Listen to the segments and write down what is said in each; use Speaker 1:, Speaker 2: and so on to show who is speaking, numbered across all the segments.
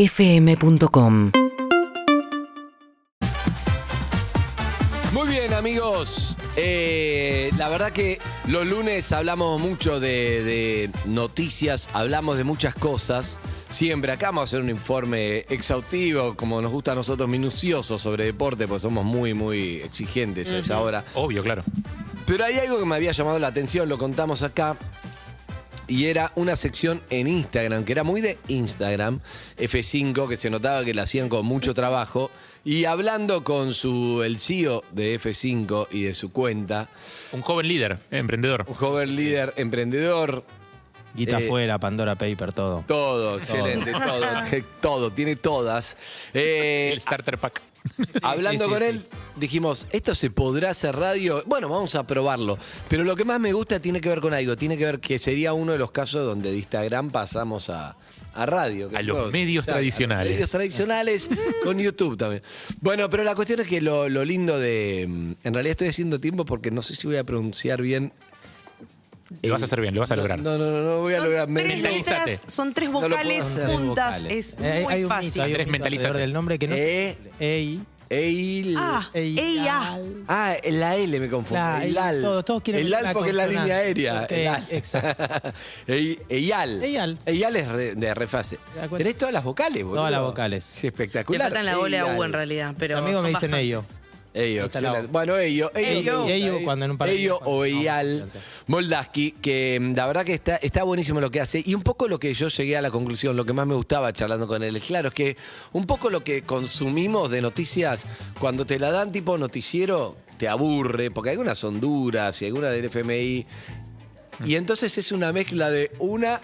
Speaker 1: UrbanaPlayFM.com
Speaker 2: Muy bien, amigos. Eh, la verdad que los lunes hablamos mucho de, de noticias, hablamos de muchas cosas. Siempre acá vamos a hacer un informe exhaustivo, como nos gusta a nosotros, minucioso sobre deporte, porque somos muy, muy exigentes a esa hora.
Speaker 3: Obvio, claro.
Speaker 2: Pero hay algo que me había llamado la atención, lo contamos acá. Y era una sección en Instagram, que era muy de Instagram, F5, que se notaba que la hacían con mucho trabajo. Y hablando con su, el CEO de F5 y de su cuenta,
Speaker 3: Un joven líder, eh, emprendedor.
Speaker 2: un joven líder, emprendedor,
Speaker 4: Guita
Speaker 2: Eh,
Speaker 4: afuera, Pandora Paper, todo.
Speaker 2: todo, excelente, todo, todo, tiene todas. Eh,
Speaker 3: El starter pack.
Speaker 2: Hablando
Speaker 4: sí,
Speaker 2: con
Speaker 4: sí.
Speaker 2: él, dijimos, ¿esto se podrá hacer radio? Bueno, vamos a probarlo. Pero lo que más me gusta tiene que ver con algo, tiene que ver que sería uno de los casos donde de Instagram pasamos a, a radio. que
Speaker 3: A los
Speaker 2: todos-
Speaker 3: medios
Speaker 2: claro, a los
Speaker 3: tradicionales.
Speaker 2: medios tradicionales con YouTube también. Bueno, pero la cuestión es que lo, lo lindo de... mm, En realidad estoy haciendo tiempo porque no sé si voy a pronunciar bien.
Speaker 3: Lo vas a hacer bien, lo vas a
Speaker 2: No,
Speaker 3: lograr.
Speaker 2: no, no, no, no voy a lograr. Me-
Speaker 5: tres
Speaker 3: Mentalizate.
Speaker 5: letras, son tres
Speaker 2: lo puedo
Speaker 5: vocales
Speaker 2: hacer.
Speaker 5: juntas. Es
Speaker 4: Eh, hay-
Speaker 5: muy
Speaker 4: hay un
Speaker 5: fácil.
Speaker 4: mito, hay un
Speaker 3: Andrés,
Speaker 4: mito
Speaker 3: mentalízate.
Speaker 4: alrededor del nombre que no se
Speaker 2: Eh.
Speaker 4: cumple. Ey,
Speaker 2: Eil-
Speaker 5: Ah,
Speaker 4: ey,
Speaker 5: ella.
Speaker 4: al.
Speaker 2: Ah, la L me confundo.
Speaker 4: La-
Speaker 2: el al.
Speaker 4: todos- todos quieren
Speaker 2: el
Speaker 4: meter
Speaker 2: al
Speaker 4: una
Speaker 2: porque es la línea
Speaker 4: consonante.
Speaker 2: aérea.
Speaker 4: Ok,
Speaker 2: el al.
Speaker 4: exacto.
Speaker 2: Ey- Eyal.
Speaker 4: Eyal.
Speaker 2: Eyal es re- de refase.
Speaker 4: ¿Te das cuenta?
Speaker 2: Tenés todas las vocales, boludo.
Speaker 4: las vocales.
Speaker 2: Sí,
Speaker 5: Le
Speaker 2: espectacular.
Speaker 5: faltan la bola
Speaker 2: Eyal.
Speaker 5: a U en realidad, pero
Speaker 4: Mis amigos
Speaker 5: son
Speaker 4: me dicen
Speaker 5: bastantes.
Speaker 4: ello.
Speaker 2: Ello,
Speaker 4: Ahí está la
Speaker 2: excelente.
Speaker 4: O.
Speaker 2: bueno, ello, ello,
Speaker 4: Ello. Ello, cuando en un par de
Speaker 2: Ello
Speaker 4: días, cuando-
Speaker 2: o
Speaker 4: no,
Speaker 2: Eyal
Speaker 4: entonces.
Speaker 2: Moldaski, que mm, la verdad que está, está buenísimo lo que hace. Y un poco lo que yo llegué a la conclusión, lo que más me gustaba charlando con él, claro, es que un poco lo que consumimos de noticias, cuando te la dan tipo noticiero, te aburre, porque algunas son duras y algunas del FMI. Y entonces es una mezcla de una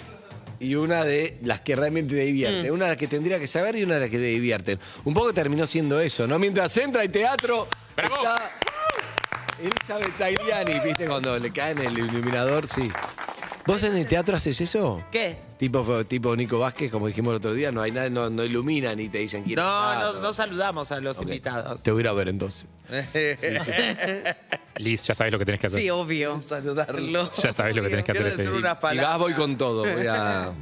Speaker 2: y una de las que realmente te
Speaker 6: Mm.
Speaker 2: divierten. Una de las que tendría que saber y una de las que te divierten. Un poco terminó siendo eso, ¿no? Mientras entra y teatro.
Speaker 3: ¡Bravo!
Speaker 2: está Elizabeth Tagliani, ¿viste? Cuando le cae en el iluminador, sí. ¿Vos en el teatro haces eso?
Speaker 6: ¿Qué?
Speaker 2: Tipo, tipo Nico Vázquez, como dijimos el otro día, no hay nada, no, no iluminan ni te dicen quién
Speaker 6: No,
Speaker 2: está,
Speaker 6: no, no saludamos a los invitados.
Speaker 2: Te voy a ir a ver entonces.
Speaker 3: Liz, ya sabes lo que tenés que hacer.
Speaker 5: Sí, obvio.
Speaker 6: Saludarlos.
Speaker 3: Ya sabés lo que tenés que hacer ese
Speaker 6: Quiero decir
Speaker 3: día.
Speaker 6: unas
Speaker 2: Si vas,
Speaker 6: palabras.
Speaker 2: voy con todo. Voy a,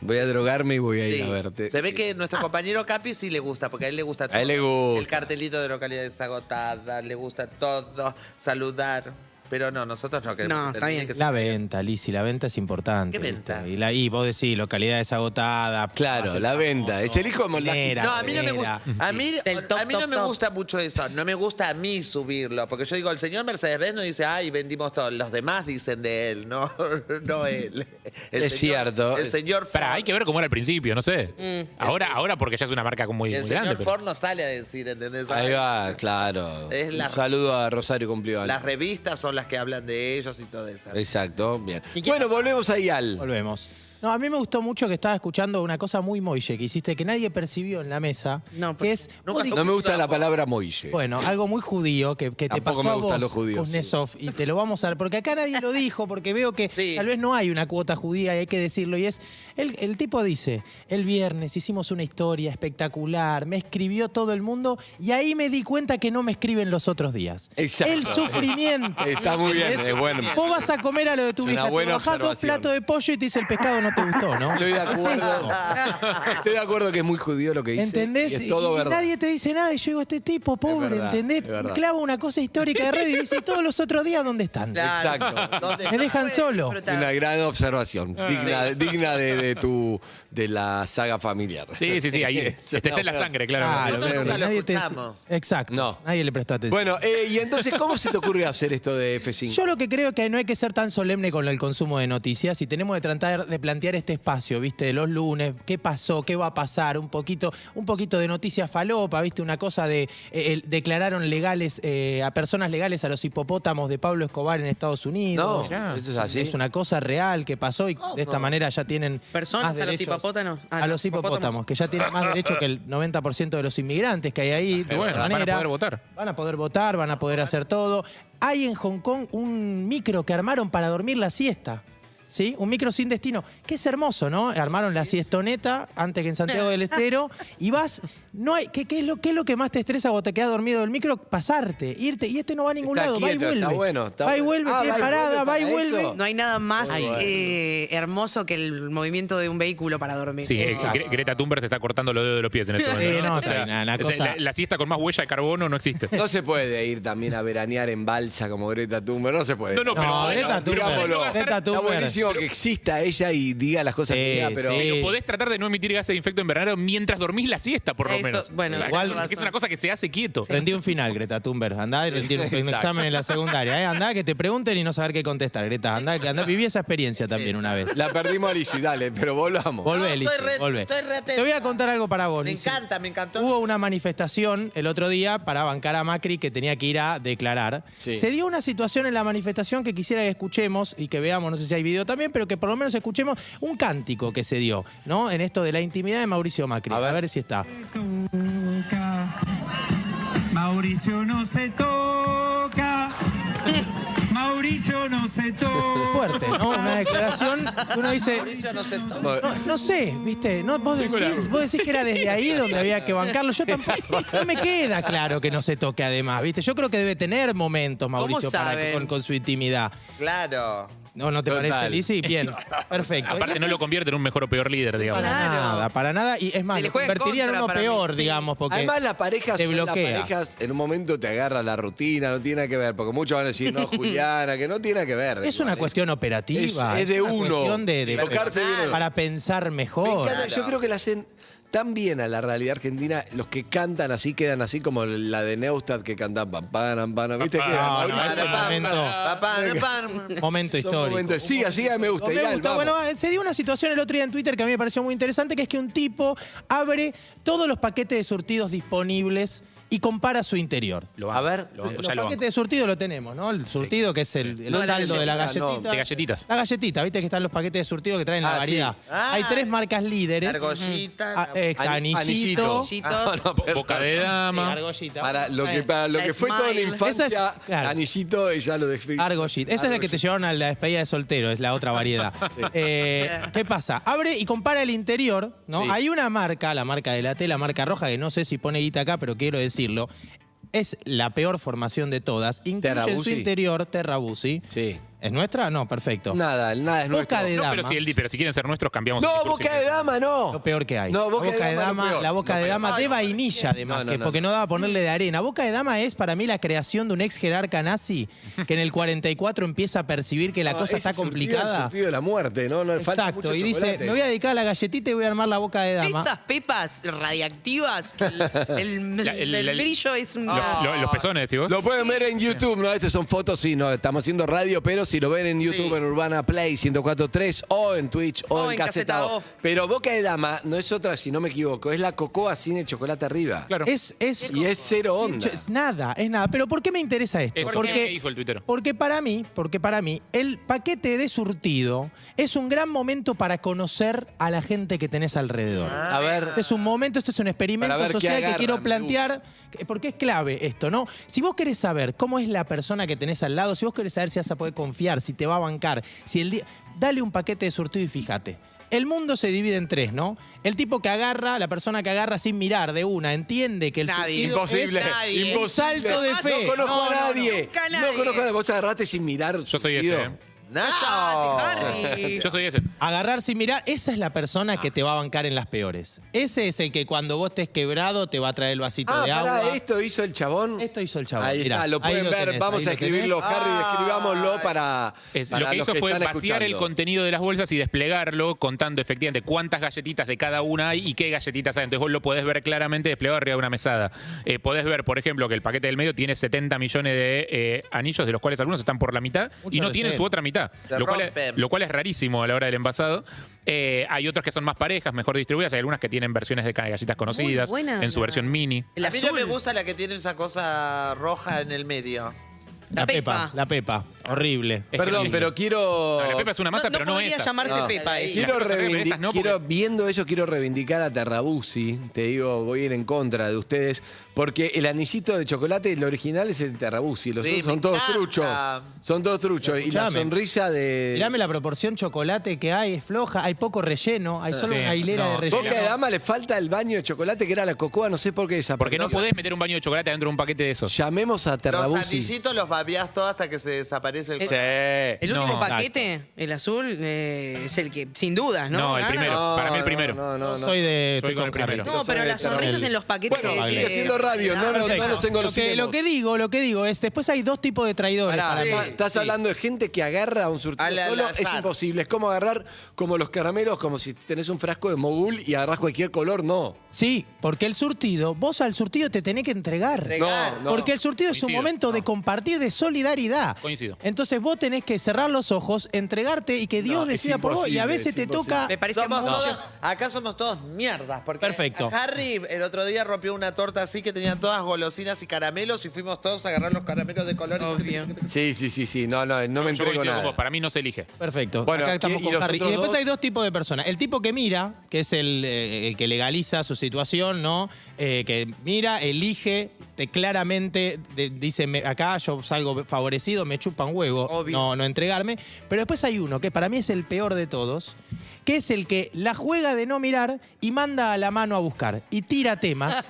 Speaker 2: voy a drogarme y voy a
Speaker 6: Sí.
Speaker 2: ir a verte.
Speaker 6: Se ve
Speaker 2: Sí. Ah.
Speaker 6: que nuestro compañero Capi sí le gusta, porque a él le gusta todo.
Speaker 2: él le gusta.
Speaker 6: El cartelito de localidades agotadas, le gusta todo, saludar. Pero no, nosotros no queremos.
Speaker 5: No,
Speaker 6: que
Speaker 5: está
Speaker 6: termine
Speaker 5: bien.
Speaker 6: que se-
Speaker 4: La venta, Lizzy, la venta es importante.
Speaker 6: ¿Qué venta?
Speaker 4: ¿viste? Y, la, y vos decís, localidad es agotada.
Speaker 2: Claro,
Speaker 4: pasa el
Speaker 2: la venta.
Speaker 4: famoso,
Speaker 2: Es el hijo de Moldavski.
Speaker 4: genera,
Speaker 6: No, a mí no me
Speaker 4: genera.
Speaker 6: gusta. A mí,
Speaker 5: Del top,
Speaker 6: a mí no
Speaker 5: top,
Speaker 6: me
Speaker 5: top.
Speaker 6: gusta mucho eso. No me gusta a mí subirlo. Porque yo digo, el señor Mercedes Benz no dice, ay, vendimos todo. Los demás dicen de él, no, no él. El
Speaker 2: Es cierto.
Speaker 6: El señor Ford,
Speaker 3: Pará, hay que ver cómo era al principio, no sé. Ahora, ahora porque ya es una marca muy, muy
Speaker 6: el
Speaker 3: grande.
Speaker 6: señor
Speaker 3: pero-
Speaker 6: Ford no sale a decir, ¿entendés?
Speaker 2: Ahí va, claro.
Speaker 6: Es la-
Speaker 2: Un saludo a Rosario Cumplido.
Speaker 6: Las revistas son las que hablan de ellos y todo eso.
Speaker 2: Exacto, bien.
Speaker 4: ¿Y quién-
Speaker 2: Bueno, volvemos ahí al.
Speaker 4: Volvemos. No, a mí me gustó mucho que estaba escuchando una cosa muy moille que hiciste que nadie percibió en la mesa,
Speaker 5: No,
Speaker 4: que es
Speaker 6: Nunca
Speaker 4: vos
Speaker 2: No me gusta la palabra Moille.
Speaker 4: Bueno, algo muy judío que, que te
Speaker 2: Tampoco
Speaker 4: pasó
Speaker 2: me
Speaker 4: a
Speaker 2: gustan
Speaker 4: vos,
Speaker 2: los judíos,
Speaker 4: Kuznetsov, y te lo vamos a dar, porque acá nadie lo dijo, porque veo que
Speaker 6: Sí.
Speaker 4: tal vez no hay una cuota judía y hay que decirlo, y es, el, el tipo dice, el viernes hicimos una historia espectacular, me escribió todo el mundo, y ahí me di cuenta que no me escriben los otros días.
Speaker 2: Exacto.
Speaker 4: El sufrimiento.
Speaker 2: Está muy bien,
Speaker 4: ¿Entendés?
Speaker 2: es bueno.
Speaker 4: Vos vas a comer a lo de tu
Speaker 2: Es una
Speaker 4: vieja, te
Speaker 2: buena
Speaker 4: bajás dos
Speaker 2: observación.
Speaker 4: platos de pollo y te dice el pescado no te gustó, ¿no?
Speaker 2: Estoy de
Speaker 4: Es
Speaker 2: acuerdo.
Speaker 4: esto.
Speaker 2: Estoy de acuerdo que es muy judío lo que dice.
Speaker 4: ¿Entendés?
Speaker 2: Es todo
Speaker 4: y, y
Speaker 2: verdad.
Speaker 4: nadie te dice nada. Y yo digo, este tipo, pobre,
Speaker 2: verdad,
Speaker 4: ¿entendés?
Speaker 2: es verdad.
Speaker 4: Clava una cosa histórica de radio y dice, "¿Y todos los otros días, ¿dónde están?
Speaker 2: Exacto.
Speaker 6: ¿Dónde
Speaker 4: Me
Speaker 6: está?
Speaker 4: dejan solo.
Speaker 2: Es una gran observación,
Speaker 3: Ah.
Speaker 2: digna, digna de, de tu de la saga familiar.
Speaker 3: Sí, sí, sí, ahí
Speaker 2: Es
Speaker 3: este está en
Speaker 2: una
Speaker 3: la
Speaker 2: buena-
Speaker 3: sangre, claro.
Speaker 4: Claro,
Speaker 6: Nosotros
Speaker 4: ¿viste?
Speaker 6: nunca lo
Speaker 4: Nadie te-
Speaker 6: escuchamos.
Speaker 4: Exacto.
Speaker 2: No.
Speaker 4: Nadie le prestó atención.
Speaker 2: Bueno, eh, y entonces, ¿cómo se te ocurre hacer esto de F5?
Speaker 4: Yo lo que creo que no hay que ser tan solemne con el consumo de noticias y tenemos que tratar de plantear este espacio, ¿viste? De los lunes, qué pasó, qué va a pasar, un poquito, un poquito de noticias falopa, ¿viste? Una cosa de eh, el- declararon legales eh, a personas legales a los hipopótamos de Pablo Escobar en Estados
Speaker 2: no,
Speaker 4: Unidos.
Speaker 2: esto es así.
Speaker 4: Es una cosa real que pasó y de esta manera ya tienen.
Speaker 5: Personas
Speaker 4: más
Speaker 5: a los
Speaker 4: derechos-
Speaker 5: hipopótanos. Ah,
Speaker 4: a
Speaker 5: no,
Speaker 4: los hipopótamos,
Speaker 5: hipopótamos.
Speaker 4: que ya tienen más derecho que el 90% de los inmigrantes que hay ahí. de
Speaker 3: Eh, bueno,
Speaker 4: otra
Speaker 3: van a
Speaker 4: manera.
Speaker 3: poder votar.
Speaker 4: Van a poder votar, van a poder hacer todo. Hay en Hong Kong un micro que armaron para dormir la siesta. ¿sí? Un micro sin destino, que es hermoso, ¿no? Armaron la siestoneta antes que en Santiago del Estero y vas, no hay, ¿qué, qué es lo, qué es lo que más te estresa cuando te quedas dormido del micro? Pasarte, irte, y este no va a ningún
Speaker 2: Está
Speaker 4: lado, va y
Speaker 2: quieto,
Speaker 4: vuelve.
Speaker 2: está bueno, está
Speaker 4: va y
Speaker 2: bueno.
Speaker 4: vuelve,
Speaker 2: Ah,
Speaker 4: tiene
Speaker 2: va y
Speaker 4: parada,
Speaker 2: vuelve
Speaker 4: va y
Speaker 2: para
Speaker 4: vuelve.
Speaker 2: eso.
Speaker 1: No hay nada más
Speaker 2: Muy bueno.
Speaker 1: eh, hermoso que el movimiento de un vehículo para dormir.
Speaker 3: Sí, eh, Gre- Greta Thunberg se está cortando los dedos de los pies en este momento.
Speaker 4: Eh, no, una- una
Speaker 3: o sea,
Speaker 4: cosa-
Speaker 3: la, la siesta con más huella de carbono no existe.
Speaker 2: No se puede ir también a veranear en balsa como Greta Thunberg, no se puede.
Speaker 3: No, no, pero
Speaker 4: No,
Speaker 3: bueno,
Speaker 4: Greta
Speaker 3: pero
Speaker 4: Thunberg,
Speaker 3: no
Speaker 2: digámoslo.
Speaker 3: gastar-
Speaker 4: Greta
Speaker 2: Está
Speaker 4: Thunberg.
Speaker 2: buenísimo que exista ella y diga las cosas que
Speaker 4: Sí,
Speaker 2: diga, pero
Speaker 4: sí.
Speaker 3: Pero podés tratar de no emitir gases de infecto invernadero mientras dormís la siesta, por lo
Speaker 1: Eso,
Speaker 3: menos.
Speaker 1: bueno,
Speaker 3: O sea,
Speaker 1: igual-
Speaker 3: que es una cosa que se hace quieto.
Speaker 4: Rendí un final, Greta Thunberg. Andá y rendí un, un
Speaker 2: Exacto.
Speaker 4: examen en la secundaria. ¿eh? Andá que te pregunten y no saber qué contestar, Greta. Andá, que andá, viví esa experiencia también una vez.
Speaker 2: la perdimos a Lizzy, dale, pero volvamos.
Speaker 4: Volvé,
Speaker 6: No, estoy
Speaker 4: Lizzy,
Speaker 6: re-
Speaker 4: volvé.
Speaker 6: estoy re atenta.
Speaker 4: Te voy a contar algo para vos,
Speaker 6: Me
Speaker 4: Lizzy.
Speaker 6: encanta, me encantó.
Speaker 4: Hubo una manifestación el otro día para bancar a Macri que tenía que ir a declarar.
Speaker 2: Sí.
Speaker 4: Se dio una situación en la manifestación que quisiera que escuchemos y que veamos, no sé si hay video también, pero que por lo menos escuchemos un cántico que se dio, ¿no? En esto de la intimidad de Mauricio Macri.
Speaker 2: A
Speaker 4: A
Speaker 2: ver.
Speaker 4: ver, si está.
Speaker 5: toca. Mauricio no se toca. Mauricio no se toca.
Speaker 4: Fuerte, ¿no? Una declaración que uno dice.
Speaker 6: Mauricio no se toca.
Speaker 2: No,
Speaker 4: No, no sé, ¿viste? No, vos, decís, vos decís que era desde ahí donde había que bancarlo. Yo tampoco. No me queda claro que no se toque además, ¿viste? Yo creo que debe tener momentos, Mauricio, para que-
Speaker 1: saben?
Speaker 4: con, con su intimidad.
Speaker 6: Claro.
Speaker 4: No, ¿no te
Speaker 2: Total.
Speaker 4: parece, Lizzy? Bien, perfecto.
Speaker 3: Aparte, no lo convierte en un mejor o peor líder, digamos.
Speaker 4: Para
Speaker 1: Claro.
Speaker 4: nada, para nada. Y es más,
Speaker 1: Se le
Speaker 4: lo
Speaker 1: juega en
Speaker 4: convertiría en
Speaker 1: contra
Speaker 4: uno
Speaker 1: para mí,
Speaker 4: peor,
Speaker 1: sí.
Speaker 4: digamos, porque
Speaker 2: Además, las parejas,
Speaker 4: te
Speaker 2: son- las
Speaker 4: bloquea.
Speaker 2: parejas en un momento te agarra la rutina, no tiene nada que ver, porque muchos van a decir, no, Juliana, que no tiene nada que ver.
Speaker 4: es
Speaker 2: Igual,
Speaker 4: una cuestión operativa.
Speaker 2: es, es de
Speaker 4: una
Speaker 2: uno.
Speaker 4: cuestión de- de-
Speaker 2: Tocarse bien el-
Speaker 4: para pensar
Speaker 2: Me
Speaker 4: mejor.
Speaker 2: encanta, Yo creo que la hacen tan bien a la realidad argentina, los que cantan así quedan así como la de Neustadt que cantan pam, pam, pam, ¿viste?
Speaker 4: Ah,
Speaker 2: Queda
Speaker 3: Pam, pam,
Speaker 2: Mauricio-
Speaker 3: no,
Speaker 6: Para,
Speaker 4: ese
Speaker 6: para,
Speaker 4: momento-
Speaker 6: para, para, para.
Speaker 4: Momento
Speaker 2: Son
Speaker 4: histórico.
Speaker 2: momentos- Siga, siga, me gusta.
Speaker 4: Me
Speaker 2: Irán,
Speaker 4: gusta.
Speaker 2: vamos.
Speaker 4: Bueno, se dio una situación el otro día en Twitter que a mí me pareció muy interesante, que es que un tipo abre todos los paquetes de surtidos disponibles y compara su interior.
Speaker 3: Lo banco,
Speaker 2: A ver,
Speaker 3: lo banco,
Speaker 4: los
Speaker 3: ya lo
Speaker 4: paquetes
Speaker 3: banco.
Speaker 4: de surtido lo tenemos, ¿no? El surtido que es el, el
Speaker 2: No, la
Speaker 4: saldo de la
Speaker 2: galletita, no.
Speaker 4: galletita.
Speaker 3: De galletitas.
Speaker 4: La galletita, viste que están los paquetes de surtido que traen
Speaker 2: Ah,
Speaker 4: la
Speaker 2: sí.
Speaker 4: variedad.
Speaker 6: Ah.
Speaker 4: Hay tres marcas líderes.
Speaker 6: Argollita.
Speaker 4: Ah, ex-
Speaker 2: Ani-
Speaker 4: anillito.
Speaker 1: Anillitos.
Speaker 2: Ah, no, perdón.
Speaker 3: Boca de
Speaker 4: Sí,
Speaker 3: dama.
Speaker 4: argollita.
Speaker 2: Para lo que,
Speaker 4: Bueno,
Speaker 2: para lo
Speaker 1: La
Speaker 2: que fue toda Eh, la
Speaker 1: Smile.
Speaker 2: infancia,
Speaker 4: Esa es- claro.
Speaker 2: anillito, ella lo definió.
Speaker 4: Argollita. Esa es la que te llevaron a la despedida de soltero, es la otra variedad. Eh, ¿Qué pasa? Abre y compara el interior, ¿no?
Speaker 2: Sí.
Speaker 4: Hay una marca, la marca de la T, la marca roja, que no sé si pone guita acá, pero quiero decirlo. Es la peor formación de todas. Incluye en su
Speaker 2: Terrabusi.
Speaker 4: interior Terra Busi.
Speaker 2: Sí,
Speaker 4: ¿Es nuestra? No, perfecto.
Speaker 2: nada, el nada es nuestro.
Speaker 4: Boca de
Speaker 3: No,
Speaker 4: dama.
Speaker 3: pero si, el- pero si quieren ser nuestros, cambiamos. el
Speaker 2: No,
Speaker 3: discurso
Speaker 2: boca
Speaker 3: y-
Speaker 2: de dama, no.
Speaker 4: Lo peor que hay.
Speaker 2: Oh. No, boca,
Speaker 4: la boca de dama,
Speaker 2: es lo peor.
Speaker 4: la boca
Speaker 2: No,
Speaker 4: de
Speaker 2: pero-
Speaker 4: dama de vainilla, además,
Speaker 2: No, no,
Speaker 4: que-
Speaker 2: no,
Speaker 4: porque no. daba ponerle de arena. Boca de dama es para mí la creación de un ex jerarca nazi que en el 44 empieza a percibir que la
Speaker 2: No,
Speaker 4: cosa
Speaker 2: ese
Speaker 4: está
Speaker 2: surtido, El
Speaker 4: complicada.
Speaker 2: surtido de la muerte, ¿no? no falta
Speaker 4: Exacto,
Speaker 2: mucho
Speaker 4: y dice,
Speaker 2: chocolate.
Speaker 4: me voy a dedicar a la galletita y voy a armar la boca de dama.
Speaker 1: Esas pepas radiactivas, que el, el-
Speaker 3: La- el-
Speaker 1: el
Speaker 3: el-
Speaker 1: brillo es un...
Speaker 3: Lo- lo- los pezones, ¿y vos?
Speaker 2: Lo pueden ver en YouTube, ¿no? Estas son fotos, sí, no, estamos haciendo radio, pero si lo ven en YouTube,
Speaker 6: Sí.
Speaker 2: en Urbana Play 104.3 o en Twitch o,
Speaker 1: O
Speaker 2: en
Speaker 1: en Caseta
Speaker 2: Caseta O.
Speaker 1: O.
Speaker 2: Pero Boca de Dama no es otra, si no me equivoco, es la cocoa sin el chocolate arriba.
Speaker 3: Claro.
Speaker 4: Es, es,
Speaker 2: Y es cero
Speaker 4: Sí,
Speaker 2: onda.
Speaker 4: yo- es nada, es nada. Pero ¿por qué me interesa esto?
Speaker 3: Eso, ¿qué
Speaker 4: porque,
Speaker 3: dijo el tuitero?
Speaker 4: porque para mí, porque para mí, el paquete de surtido es un gran momento para conocer a la gente que tenés alrededor.
Speaker 2: A ver,
Speaker 4: Este es un momento, esto es un experimento
Speaker 2: Para ver qué
Speaker 4: social que
Speaker 2: agarran,
Speaker 4: quiero
Speaker 2: me
Speaker 4: plantear, que- porque es clave esto, ¿no? Si vos querés saber cómo es la persona que tenés al lado, si vos querés saber si vas a poder confiar, si te va a bancar, si el día. Dale un paquete de surtido y fíjate. El mundo se divide en tres, ¿no? El tipo que agarra, la persona que agarra sin mirar de una, entiende que el
Speaker 1: Nadie.
Speaker 4: surtido
Speaker 2: Imposible,
Speaker 4: es
Speaker 1: nadie.
Speaker 4: un salto de fe.
Speaker 2: no conozco
Speaker 1: No,
Speaker 2: a
Speaker 1: no, no,
Speaker 2: nadie.
Speaker 1: nunca
Speaker 2: No,
Speaker 1: nadie.
Speaker 2: conozco a nadie. Vos agarraste sin mirar.
Speaker 3: Yo soy ese. ¿eh?
Speaker 6: No.
Speaker 3: Ah,
Speaker 1: Harry.
Speaker 3: Yo soy ese.
Speaker 4: Agarrar sin mirar, esa es la persona que te va a bancar en las peores. Ese es el que cuando vos estés quebrado te va a traer el vasito
Speaker 2: Ah,
Speaker 4: de
Speaker 2: pará,
Speaker 4: agua.
Speaker 2: esto hizo el chabón.
Speaker 4: Esto hizo el chabón,
Speaker 2: Ahí
Speaker 4: mirá,
Speaker 2: está, lo
Speaker 4: ahí
Speaker 2: pueden
Speaker 4: lo
Speaker 2: ver.
Speaker 4: tenés,
Speaker 2: Vamos a
Speaker 4: ahí lo
Speaker 2: escribirlo,
Speaker 6: tenés.
Speaker 2: Harry, escribámoslo
Speaker 6: Ay.
Speaker 2: para.
Speaker 3: Es-
Speaker 2: para
Speaker 3: lo que
Speaker 2: los
Speaker 3: hizo fue
Speaker 2: están
Speaker 3: vaciar el
Speaker 2: escuchando.
Speaker 3: contenido de las bolsas y desplegarlo, contando efectivamente cuántas galletitas de cada una hay y qué galletitas hay. Entonces vos lo podés ver claramente desplegado arriba de una mesada. Eh, podés ver, por ejemplo, que el paquete del medio tiene 70 millones de eh, anillos, de los cuales algunos están por la mitad
Speaker 4: Mucho
Speaker 3: y no
Speaker 4: relleno.
Speaker 3: tienen su otra mitad.
Speaker 6: Se
Speaker 3: Lo cual, es,
Speaker 6: rompen.
Speaker 3: lo cual es rarísimo a la hora del envasado. Eh, hay otros que son más parejas, mejor distribuidas. Hay algunas que tienen versiones de ca- galletas conocidas
Speaker 1: buena
Speaker 3: en su
Speaker 1: la-
Speaker 3: versión mini.
Speaker 1: El
Speaker 6: a mí no
Speaker 1: azul.
Speaker 6: me gusta la que tiene esa cosa roja en el medio.
Speaker 1: La Pepa.
Speaker 4: La Pepa. Horrible.
Speaker 3: Es
Speaker 2: Perdón,
Speaker 3: terrible.
Speaker 2: pero quiero. eh,
Speaker 3: No, la Pepa es una masa,
Speaker 1: no,
Speaker 3: pero no,
Speaker 1: podría
Speaker 3: esas.
Speaker 1: llamarse
Speaker 6: No.
Speaker 1: Pepa
Speaker 6: Sí,
Speaker 1: ella.
Speaker 2: Quiero
Speaker 3: Las cosas
Speaker 2: revindic-
Speaker 3: esas no,
Speaker 2: quiero-
Speaker 3: porque-
Speaker 2: viendo eso, quiero reivindicar a Terrabusi. Te digo, voy a ir en contra de ustedes. Porque el anillito de chocolate, el original es el Terrabusi. Los
Speaker 6: Sí,
Speaker 2: otros
Speaker 6: me
Speaker 2: son todos
Speaker 6: encanta.
Speaker 2: truchos. Son todos truchos. Y la
Speaker 4: Escuchame.
Speaker 2: sonrisa de.
Speaker 4: Mirame la proporción chocolate que hay, es floja, hay poco relleno, hay solo
Speaker 3: Sí,
Speaker 4: una hilera
Speaker 3: no,
Speaker 4: de
Speaker 3: poca
Speaker 4: relleno.
Speaker 2: Boca de Dama le falta el baño de chocolate que era la cocoa, no sé por qué esa.
Speaker 3: Porque no podés meter un baño de chocolate dentro de un paquete de esos.
Speaker 2: Llamemos a
Speaker 6: Los
Speaker 2: Terrabusi.
Speaker 6: anillitos los babeás todo hasta que se desaparece el
Speaker 1: El-
Speaker 6: cuerpo.
Speaker 1: Eh, El
Speaker 3: No,
Speaker 1: último
Speaker 3: exacto.
Speaker 1: paquete, el azul, eh, es el que, sin dudas, ¿no?
Speaker 3: No, el
Speaker 1: Gana.
Speaker 3: primero. Para mí el primero.
Speaker 2: No, no,
Speaker 4: No,
Speaker 2: no, no.
Speaker 4: soy de
Speaker 3: Soy
Speaker 4: estoy
Speaker 3: con el
Speaker 4: Harry.
Speaker 3: primero.
Speaker 1: No,
Speaker 2: Yo
Speaker 1: pero
Speaker 2: soy
Speaker 1: las
Speaker 2: de
Speaker 1: sonrisas
Speaker 2: Terrabuzzi.
Speaker 1: en los paquetes
Speaker 2: Bueno,
Speaker 1: de
Speaker 2: sigue siendo radio, no, no, no
Speaker 4: Perfecto.
Speaker 2: nos engolosinemos.
Speaker 4: Lo que, lo que digo, lo que digo es, después hay dos tipos de traidores.
Speaker 2: Pará,
Speaker 4: para mí.
Speaker 2: pa- estás hablando de gente que agarra un surtido
Speaker 6: Al- al
Speaker 2: solo,
Speaker 6: azar.
Speaker 2: es imposible. Es como agarrar como los caramelos, como si tenés un frasco de mogul y agarrás cualquier color, no.
Speaker 4: Sí, porque el surtido, vos al surtido te tenés que entregar.
Speaker 6: Entregar.
Speaker 2: No, no.
Speaker 4: Porque el surtido es
Speaker 3: Coincido,
Speaker 4: un momento de
Speaker 3: no.
Speaker 4: compartir, de solidaridad.
Speaker 3: Coincido.
Speaker 4: Entonces vos tenés que cerrar los ojos, entregarte y que Dios
Speaker 2: No, es
Speaker 4: decida por vos. Y a
Speaker 2: imposible,
Speaker 4: veces
Speaker 2: es
Speaker 4: te
Speaker 2: imposible.
Speaker 4: toca...
Speaker 1: Ah, Me parece
Speaker 6: Somos
Speaker 1: mucho.
Speaker 6: todos- acá somos todos mierdas. Porque
Speaker 4: Perfecto.
Speaker 6: Harry el otro día rompió una torta así que tenían todas golosinas y caramelos y fuimos todos a agarrar los caramelos de color. y-
Speaker 1: Obvio.
Speaker 2: Sí, sí, sí, sí. No, no, no me
Speaker 3: Yo
Speaker 2: entrego
Speaker 3: coincido con vos,
Speaker 2: nada.
Speaker 3: para mí no se elige.
Speaker 4: Perfecto.
Speaker 2: Bueno,
Speaker 4: Acá estamos
Speaker 2: ¿y- y
Speaker 4: con
Speaker 2: los
Speaker 4: Harry. Y
Speaker 2: otros
Speaker 4: después
Speaker 2: dos?
Speaker 4: hay dos tipos de personas. El tipo que mira, que es el, eh, el que legaliza su situación, ¿no? Eh, que mira, elige, te claramente de- dice, "Me- acá yo salgo favorecido, me chupa un huevo,
Speaker 1: Obvio.
Speaker 4: no, no entregarme. Pero después hay uno que para mí es el peor de todos, que es el que la juega de no mirar y manda a la mano a buscar. Y tira temas,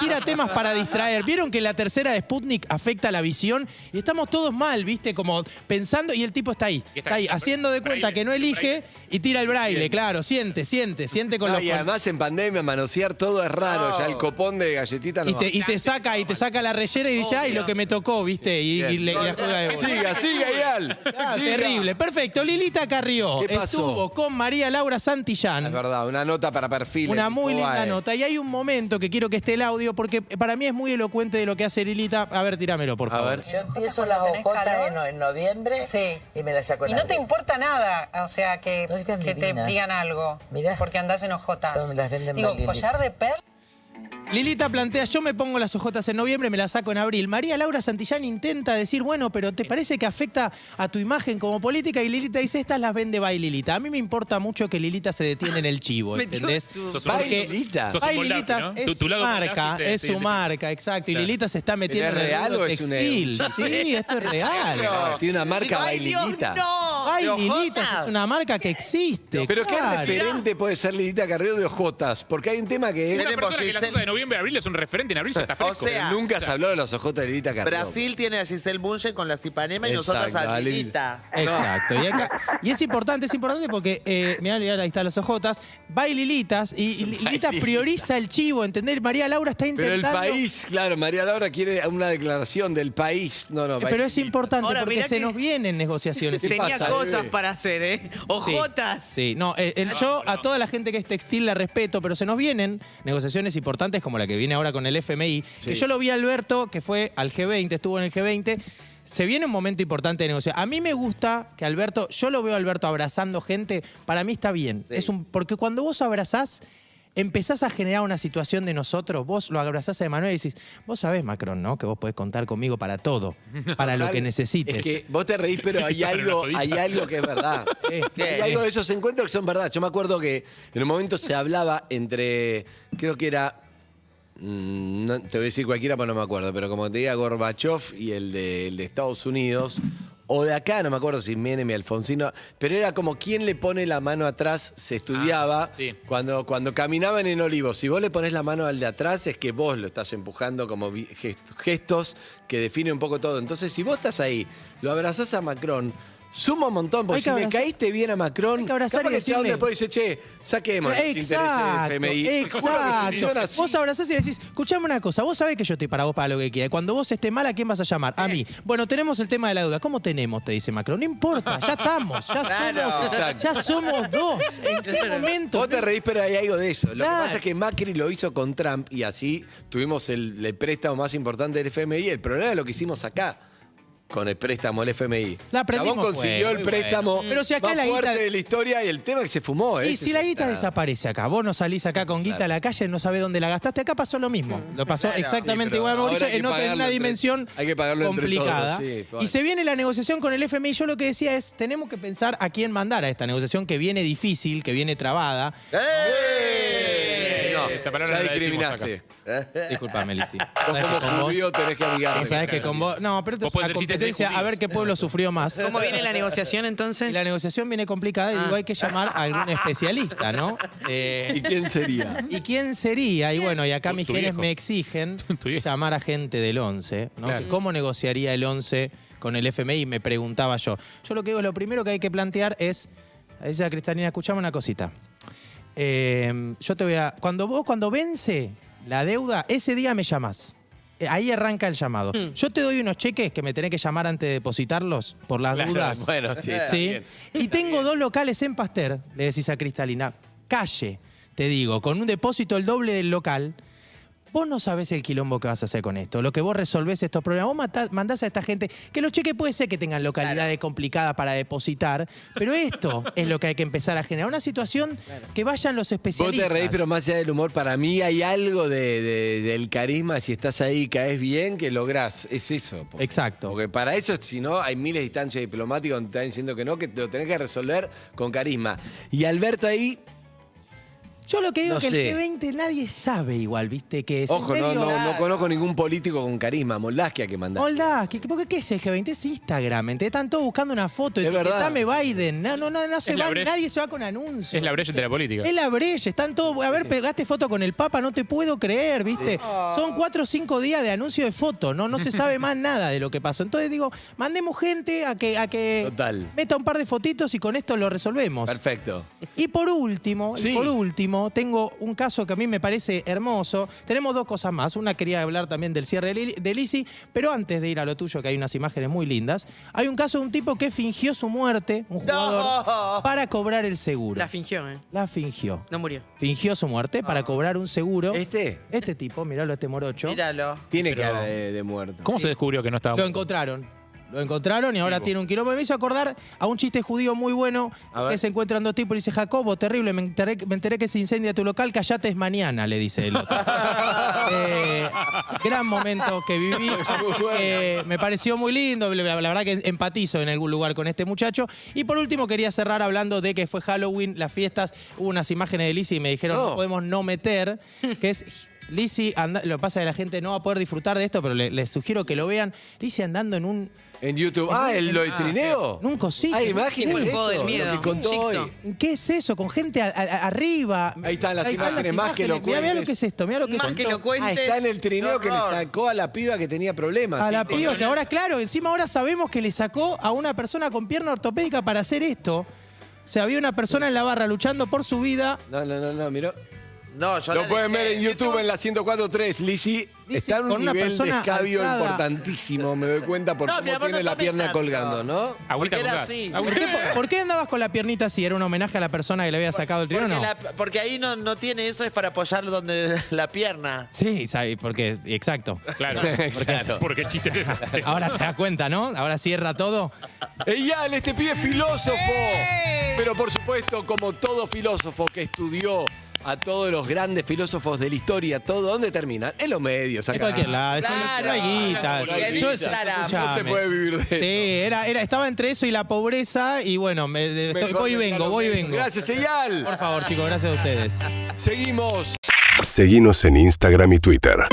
Speaker 4: tira temas para distraer. Vieron que la tercera de Sputnik afecta la visión y estamos todos mal, ¿viste? Como pensando y el tipo está ahí.
Speaker 3: Y
Speaker 4: Está ahí,
Speaker 3: está-
Speaker 4: haciendo de
Speaker 3: braille,
Speaker 4: cuenta que no
Speaker 3: el
Speaker 4: elige
Speaker 3: braille.
Speaker 4: y tira el braille,
Speaker 3: Bien.
Speaker 4: claro. Siente, siente, siente con
Speaker 2: No,
Speaker 4: los
Speaker 2: y
Speaker 4: con-
Speaker 2: además en pandemia manosear todo es raro. Ya el copón de galletita no
Speaker 4: y te, y te saca, y te saca la rellera y dice, ay, lo que me tocó, ¿viste? Y, y le, y la juega de
Speaker 2: va. Siga,
Speaker 4: vuelta.
Speaker 2: siga, Ial.
Speaker 4: Ah,
Speaker 2: Siga.
Speaker 4: terrible. Perfecto. Lilita Carrió
Speaker 2: ¿Qué pasó?
Speaker 4: estuvo con María Laura
Speaker 2: Es
Speaker 4: Santillán.
Speaker 2: verdad, una nota para perfil.
Speaker 4: Una muy linda
Speaker 2: Infobae.
Speaker 4: nota. Y hay un momento que quiero que esté el audio porque para mí es muy elocuente de lo que hace Lilita. A ver, tíramelo, por
Speaker 2: A
Speaker 4: favor.
Speaker 2: ver.
Speaker 7: Yo empiezo las
Speaker 8: Cuando tenés
Speaker 7: ojotas
Speaker 8: calor.
Speaker 7: en, no- en noviembre
Speaker 8: Sí.
Speaker 7: y me las saco en
Speaker 8: Y no te
Speaker 7: abril.
Speaker 8: importa nada, o sea, que,
Speaker 7: No seas
Speaker 8: que te
Speaker 7: divina.
Speaker 8: digan algo.
Speaker 7: Mirá.
Speaker 8: Porque andás en ojotas.
Speaker 7: Yo me las venden
Speaker 8: Digo,
Speaker 7: mal, Lilith.
Speaker 8: collar de perro.
Speaker 4: Lilita plantea, yo me pongo las ojotas en noviembre, me las saco en abril. María Laura Santillán intenta decir, bueno, pero ¿te parece que afecta a tu imagen como política? Y Lilita dice, estas las vende by Lilita. A mí me importa mucho que Lilita se detiene en el chivo,
Speaker 1: Metió
Speaker 4: ¿entendés?
Speaker 1: su-
Speaker 3: Sos
Speaker 2: Bye,
Speaker 4: Porque-
Speaker 2: Lilita.
Speaker 3: sos un
Speaker 4: By
Speaker 3: Moldapi,
Speaker 4: Lilita
Speaker 3: ¿no?
Speaker 4: es
Speaker 3: Tu- tu lado
Speaker 4: su
Speaker 3: Moldapi
Speaker 4: marca,
Speaker 3: se-
Speaker 4: es
Speaker 3: se
Speaker 4: su
Speaker 3: identifica.
Speaker 4: marca, exacto. Y
Speaker 3: Claro.
Speaker 4: Lilita se está metiendo
Speaker 2: ¿Pero
Speaker 4: en
Speaker 2: es
Speaker 4: el
Speaker 2: real
Speaker 4: mundo
Speaker 2: o es una-
Speaker 4: textil. Sí, esto es real.
Speaker 2: Tiene una marca
Speaker 1: ¡Ay, Dios,
Speaker 2: bailita.
Speaker 1: no!
Speaker 4: Ay,
Speaker 6: ¿De
Speaker 4: Lilita,
Speaker 6: ojotas?
Speaker 4: es una marca que existe.
Speaker 2: Pero qué
Speaker 4: claro.
Speaker 2: referente puede ser Lidita Carrero de Ojotas, porque hay un tema que es.
Speaker 3: Una
Speaker 6: Tenemos
Speaker 3: persona que la
Speaker 6: Giselle-
Speaker 3: cosa de noviembre a abril es un referente, en abril ya está
Speaker 6: O
Speaker 3: fresco.
Speaker 6: sea,
Speaker 2: Nunca se habló de las ojotas de Lidita Carrero.
Speaker 6: Brasil tiene a Giselle Bunchen con la Zipanema y
Speaker 2: Exacto,
Speaker 6: nosotros a
Speaker 2: a Lil-
Speaker 6: Lilita.
Speaker 4: Exacto. Y, acá- y es importante, es importante porque, eh, mirá, mirá, ahí están los ojotas, va y Lilitas, y, y Lilita prioriza el chivo, ¿entendés? María Laura está
Speaker 2: Pero
Speaker 4: intentando...
Speaker 2: el país, claro, María Laura quiere una declaración del país. No, no,
Speaker 4: Eh, Pero es importante
Speaker 1: Ahora,
Speaker 4: porque
Speaker 1: mirá
Speaker 4: se
Speaker 1: que-
Speaker 4: nos vienen negociaciones.
Speaker 2: ¿Qué
Speaker 1: Tenía
Speaker 2: pasa,
Speaker 1: cosas
Speaker 2: bebé?
Speaker 1: para hacer, ¿eh? Ojotas.
Speaker 4: Sí, no, eh, el,
Speaker 2: Ah,
Speaker 4: el- yo a toda la gente que es textil la respeto, pero se nos vienen negociaciones importantes como la que viene ahora con el FMI, que
Speaker 2: Sí.
Speaker 4: yo lo vi a Alberto, que fue al G20, estuvo en el G20. Se viene un momento importante de negociación. A mí me gusta que Alberto, yo lo veo a Alberto abrazando gente, para mí está bien.
Speaker 6: Sí.
Speaker 4: Es un, porque cuando vos abrazás, empezás a generar una situación de nosotros, vos lo abrazás a Emanuel y decís, vos sabés, Macron, ¿no? Que vos podés contar conmigo para todo, para lo que necesites.
Speaker 2: Es que vos te reís, pero hay
Speaker 3: Está re
Speaker 2: algo,
Speaker 3: jodida.
Speaker 2: hay algo que es verdad.
Speaker 4: Eh,
Speaker 2: Hay
Speaker 4: eh.
Speaker 2: algo de esos encuentros que son verdad. Yo me acuerdo que en un momento se hablaba entre, creo que era, mm, no, te voy a decir cualquiera, pero no me acuerdo, pero como te diga Gorbachev y el de, el de Estados Unidos, o de acá, no me acuerdo si Menem y Alfonsino, pero era como quién le pone la mano atrás, se estudiaba,
Speaker 3: Ah, sí.
Speaker 2: cuando, cuando caminaban en Olivos, si vos le pones la mano al de atrás, es que vos lo estás empujando como vi- gest- gestos que definen un poco todo. Entonces, si vos estás ahí, lo abrazás a Macron, suma un montón, porque
Speaker 4: Hay que
Speaker 2: si le
Speaker 4: abrazar-
Speaker 2: caíste bien a Macron,
Speaker 4: Hay que abrazar
Speaker 2: capaz
Speaker 4: y
Speaker 2: que el chabón
Speaker 4: decirle-
Speaker 2: después dice, che, saquemos los intereses
Speaker 4: Exacto,
Speaker 2: del FMI.
Speaker 4: exacto.
Speaker 2: Funciona así.
Speaker 4: Vos abrazás y decís, escuchame una cosa, vos sabés que yo estoy para vos para lo que quieras. Y Cuando vos estés mal, ¿a quién vas a llamar? A mí. Bueno, tenemos el tema de la deuda. ¿Cómo tenemos? Te dice Macron. No importa, ya estamos, ya
Speaker 6: Claro.
Speaker 4: somos, ya somos dos. ¿En qué momento?
Speaker 2: Vos te reís, pero hay algo de eso. Lo
Speaker 4: Claro.
Speaker 2: que pasa es que Macri lo hizo con Trump y así tuvimos el, el préstamo más importante del FMI. El problema es lo que hicimos acá. con el préstamo del FMI.
Speaker 4: La aprendimos,
Speaker 2: Chabón consiguió
Speaker 4: fue,
Speaker 2: el
Speaker 4: muy
Speaker 2: préstamo
Speaker 4: bueno. Pero si acá
Speaker 2: más
Speaker 4: la guita-
Speaker 2: fuerte de la historia y el tema que se fumó. ¿eh?
Speaker 4: Y si la guita desaparece acá, vos no salís acá con guita a la calle, no sabés dónde la gastaste, acá pasó lo mismo. Lo pasó
Speaker 2: Mm. Claro.
Speaker 4: exactamente
Speaker 2: Sí, pero
Speaker 4: igual a Mauricio,
Speaker 2: ahora hay que
Speaker 4: en otra en
Speaker 2: pagarlo
Speaker 4: una
Speaker 2: entre-
Speaker 4: dimensión
Speaker 2: hay que pagarlo entre
Speaker 4: complicada.
Speaker 2: todos, sí, bueno.
Speaker 4: y se viene la negociación con el FMI. Yo lo que decía es, tenemos que pensar a quién mandar a esta negociación que viene difícil, que viene trabada.
Speaker 6: ¡Eh!
Speaker 3: No, esa palabra
Speaker 2: ya
Speaker 3: no la decimos acá.
Speaker 2: discriminaste.
Speaker 4: Disculpame, Lizzy.
Speaker 2: Vos
Speaker 4: Sabés que con
Speaker 2: como
Speaker 4: vos-
Speaker 2: judío tenés que amigarte.
Speaker 4: vos sabés que con vos. No, pero esto
Speaker 3: Vos
Speaker 4: es
Speaker 3: podés
Speaker 4: una
Speaker 3: hacer chistes de
Speaker 4: competencia a ver qué pueblo sufrió más.
Speaker 1: ¿Cómo viene la negociación
Speaker 4: Y
Speaker 1: entonces?
Speaker 4: la negociación viene complicada
Speaker 2: Ah.
Speaker 4: y digo, hay que llamar a algún especialista, ¿no? Eh,
Speaker 2: ¿Y quién sería?
Speaker 4: ¿Y quién sería? Y bueno, y acá
Speaker 3: Tu-
Speaker 4: mis
Speaker 3: tu
Speaker 4: genes
Speaker 3: viejo.
Speaker 4: me exigen
Speaker 3: Tu viejo.
Speaker 4: llamar a gente del 11, ¿no?
Speaker 3: Claro.
Speaker 4: Que ¿Cómo negociaría el 11 con el FMI? Me preguntaba yo. Yo lo que digo, lo primero que hay que plantear es, dice Cristalina, escuchame una cosita. Eh, yo te voy a... Cuando vos, cuando vence la deuda, ese día me llamás. Eh, Ahí arranca el llamado.
Speaker 3: Hmm.
Speaker 4: Yo te doy unos cheques que me tenés que llamar antes de depositarlos por las
Speaker 2: Claro,
Speaker 4: dudas.
Speaker 2: bueno,
Speaker 3: Eh,
Speaker 2: sí, está
Speaker 4: ¿Sí?
Speaker 2: bien.
Speaker 4: Y tengo dos locales en Pasteur, le decís a Cristalina, calle, te digo, con un depósito el doble del local. Vos no sabés el quilombo que vas a hacer con esto, lo que vos resolvés estos problemas. Vos matás- mandás a esta gente, que los cheques puede ser que tengan localidades complicadas para depositar, pero esto es lo que hay que empezar a generar. Una situación que vayan los
Speaker 2: Vos
Speaker 4: especialistas.
Speaker 2: te reís, pero más allá del humor, para mí hay algo de- de- del carisma, si estás ahí, caes bien, que lográs. Es eso. porque-
Speaker 4: Exacto.
Speaker 2: Porque para eso, si no, hay miles de distancias diplomáticas donde te están diciendo que no, que te lo tenés que resolver con carisma. Y Alberto ahí,
Speaker 4: Yo lo que digo
Speaker 2: No
Speaker 4: es que
Speaker 2: sé.
Speaker 4: el G20 nadie sabe igual, ¿viste? Que es en
Speaker 2: ojo, no,
Speaker 4: medio-
Speaker 2: no- no conozco ningún político con carisma. Moldaskia que mandar.
Speaker 4: Hola, ¿qué, porque ¿qué es el G20? Es Instagram, ¿entendés? Están todos buscando una foto,
Speaker 2: Es verdad.
Speaker 4: etiquetame Biden. No, no, no, no se
Speaker 3: Es la
Speaker 4: va,
Speaker 3: brecha.
Speaker 4: nadie se va con anuncios.
Speaker 3: Es la brecha de la política.
Speaker 4: Es la brecha, están todos. A ver, pegaste foto con el Papa, no te puedo creer, ¿viste?
Speaker 2: Ah.
Speaker 4: Son cuatro o cinco días de anuncio de foto, ¿no? No se sabe más nada de lo que pasó. Entonces digo, mandemos gente a que, a que
Speaker 2: Total.
Speaker 4: meta un par de fotitos y con esto lo resolvemos.
Speaker 2: Perfecto.
Speaker 4: Y por último, y
Speaker 2: Sí.
Speaker 4: por último, tengo un caso que a mí me parece hermoso. Tenemos dos cosas más. Una quería hablar también del cierre de Li- de Lisi, pero antes de ir a lo tuyo, que hay unas imágenes muy lindas, hay un caso de un tipo que fingió su muerte, un jugador, para cobrar el seguro.
Speaker 1: La fingió, ¿eh?
Speaker 4: La fingió.
Speaker 1: No murió.
Speaker 4: Fingió su muerte para cobrar un seguro.
Speaker 2: Ah. ¿Este?
Speaker 4: Este tipo, miralo a este morocho.
Speaker 6: Míralo.
Speaker 2: Tiene
Speaker 3: Pero-
Speaker 2: cara de, de muerto.
Speaker 3: ¿Cómo se descubrió que no estaba
Speaker 4: Lo
Speaker 3: muerto?
Speaker 4: encontraron. Lo encontraron y ahora tiene un quilombo. Me hizo acordar a un chiste judío muy bueno
Speaker 2: A ver.
Speaker 4: que se encuentran dos tipos y dice, Jacobo, terrible, me enteré, me enteré que se incendia tu local, callate es mañana, le dice el otro. Eh, gran momento que viví. así que Eh, me pareció muy lindo. La, la verdad que empatizo en algún lugar con este muchacho. Y por último quería cerrar hablando de que fue Halloween, las fiestas, hubo unas imágenes de Lizzie y me dijeron,
Speaker 2: No.
Speaker 1: Oh.
Speaker 4: no podemos no meter, que es... Lizzie, anda- lo que pasa es que la gente no va a poder disfrutar de esto, pero le- les sugiero que lo vean. Lizzie andando en un
Speaker 2: En YouTube. Ah, el lo de trineo.
Speaker 4: en un cosito.
Speaker 2: Hay imágenes.
Speaker 4: Sí.
Speaker 2: de
Speaker 1: El juego
Speaker 2: eso,
Speaker 1: del miedo.
Speaker 2: Lo que contó hoy.
Speaker 1: Jigsaw.
Speaker 4: ¿Qué es eso? Con gente a- a- a- arriba.
Speaker 2: Ahí están las imágenes, más que lo
Speaker 4: Mira, mira lo
Speaker 2: cuentes.
Speaker 4: que es esto, mira lo que
Speaker 1: Más
Speaker 4: es
Speaker 1: que
Speaker 4: esto.
Speaker 1: lo cuentes.
Speaker 2: Ah, está en el trineo que le
Speaker 6: horror.
Speaker 2: sacó a la piba que tenía problemas.
Speaker 4: A Ah, la
Speaker 2: Sí,
Speaker 4: piba, que ahora, claro, encima ahora sabemos que le sacó a una persona con pierna ortopédica para hacer esto. O sea, había una persona en la barra luchando por su vida.
Speaker 2: No, no, no, no, miró.
Speaker 6: No, yo
Speaker 2: Lo
Speaker 6: la
Speaker 2: pueden
Speaker 6: dejé.
Speaker 2: ver en YouTube en la 1043. Lisi
Speaker 4: eh, Lizzy,
Speaker 2: está en un
Speaker 4: con una
Speaker 2: nivel de
Speaker 4: persona
Speaker 2: escabio
Speaker 4: alzada.
Speaker 2: importantísimo, me doy cuenta por
Speaker 6: No, mi
Speaker 2: cómo
Speaker 6: amor,
Speaker 2: tiene
Speaker 6: no
Speaker 2: la
Speaker 6: tome
Speaker 2: pierna
Speaker 6: tanto.
Speaker 2: colgando, ¿no?
Speaker 4: Ah,
Speaker 3: Agüita
Speaker 6: Porque
Speaker 3: con
Speaker 6: era
Speaker 3: gas.
Speaker 6: así.
Speaker 3: Agüita-
Speaker 4: ¿Por qué andabas con la piernita si era un homenaje a la persona que le había sacado el tiro?
Speaker 6: Porque,
Speaker 4: No.
Speaker 6: la- porque ahí no, no tiene eso, es para apoyar donde la pierna.
Speaker 4: Sí, sabe, porque, exacto.
Speaker 3: Claro.
Speaker 2: Claro.
Speaker 3: Porque chiste es ese.
Speaker 4: Ahora te das cuenta, ¿no? Ahora cierra todo.
Speaker 2: Eyal, este pibe es filósofo.
Speaker 4: ¡Eh!
Speaker 2: Pero por supuesto, como todo filósofo que estudió a todos los grandes filósofos de la historia, todo, ¿dónde terminan? En los medios. acá.
Speaker 4: En cualquier lado, eso no-
Speaker 6: Claro.
Speaker 4: no hay guita.
Speaker 6: Y el
Speaker 4: Yo-
Speaker 6: Instagram.
Speaker 4: escuchame.
Speaker 2: No se puede vivir de
Speaker 4: Sí, era, era, estaba entre eso y la pobreza y bueno, me- de- estoy-
Speaker 2: Mejor
Speaker 4: voy y
Speaker 2: dejar
Speaker 4: vengo,
Speaker 2: los
Speaker 4: voy y
Speaker 2: medios.
Speaker 4: vengo.
Speaker 2: Gracias, Eyal.
Speaker 4: Por favor, chicos, gracias a ustedes.
Speaker 2: Seguimos.
Speaker 7: Seguinos en Instagram y Twitter.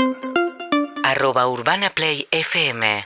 Speaker 9: arroba urbanaplayfm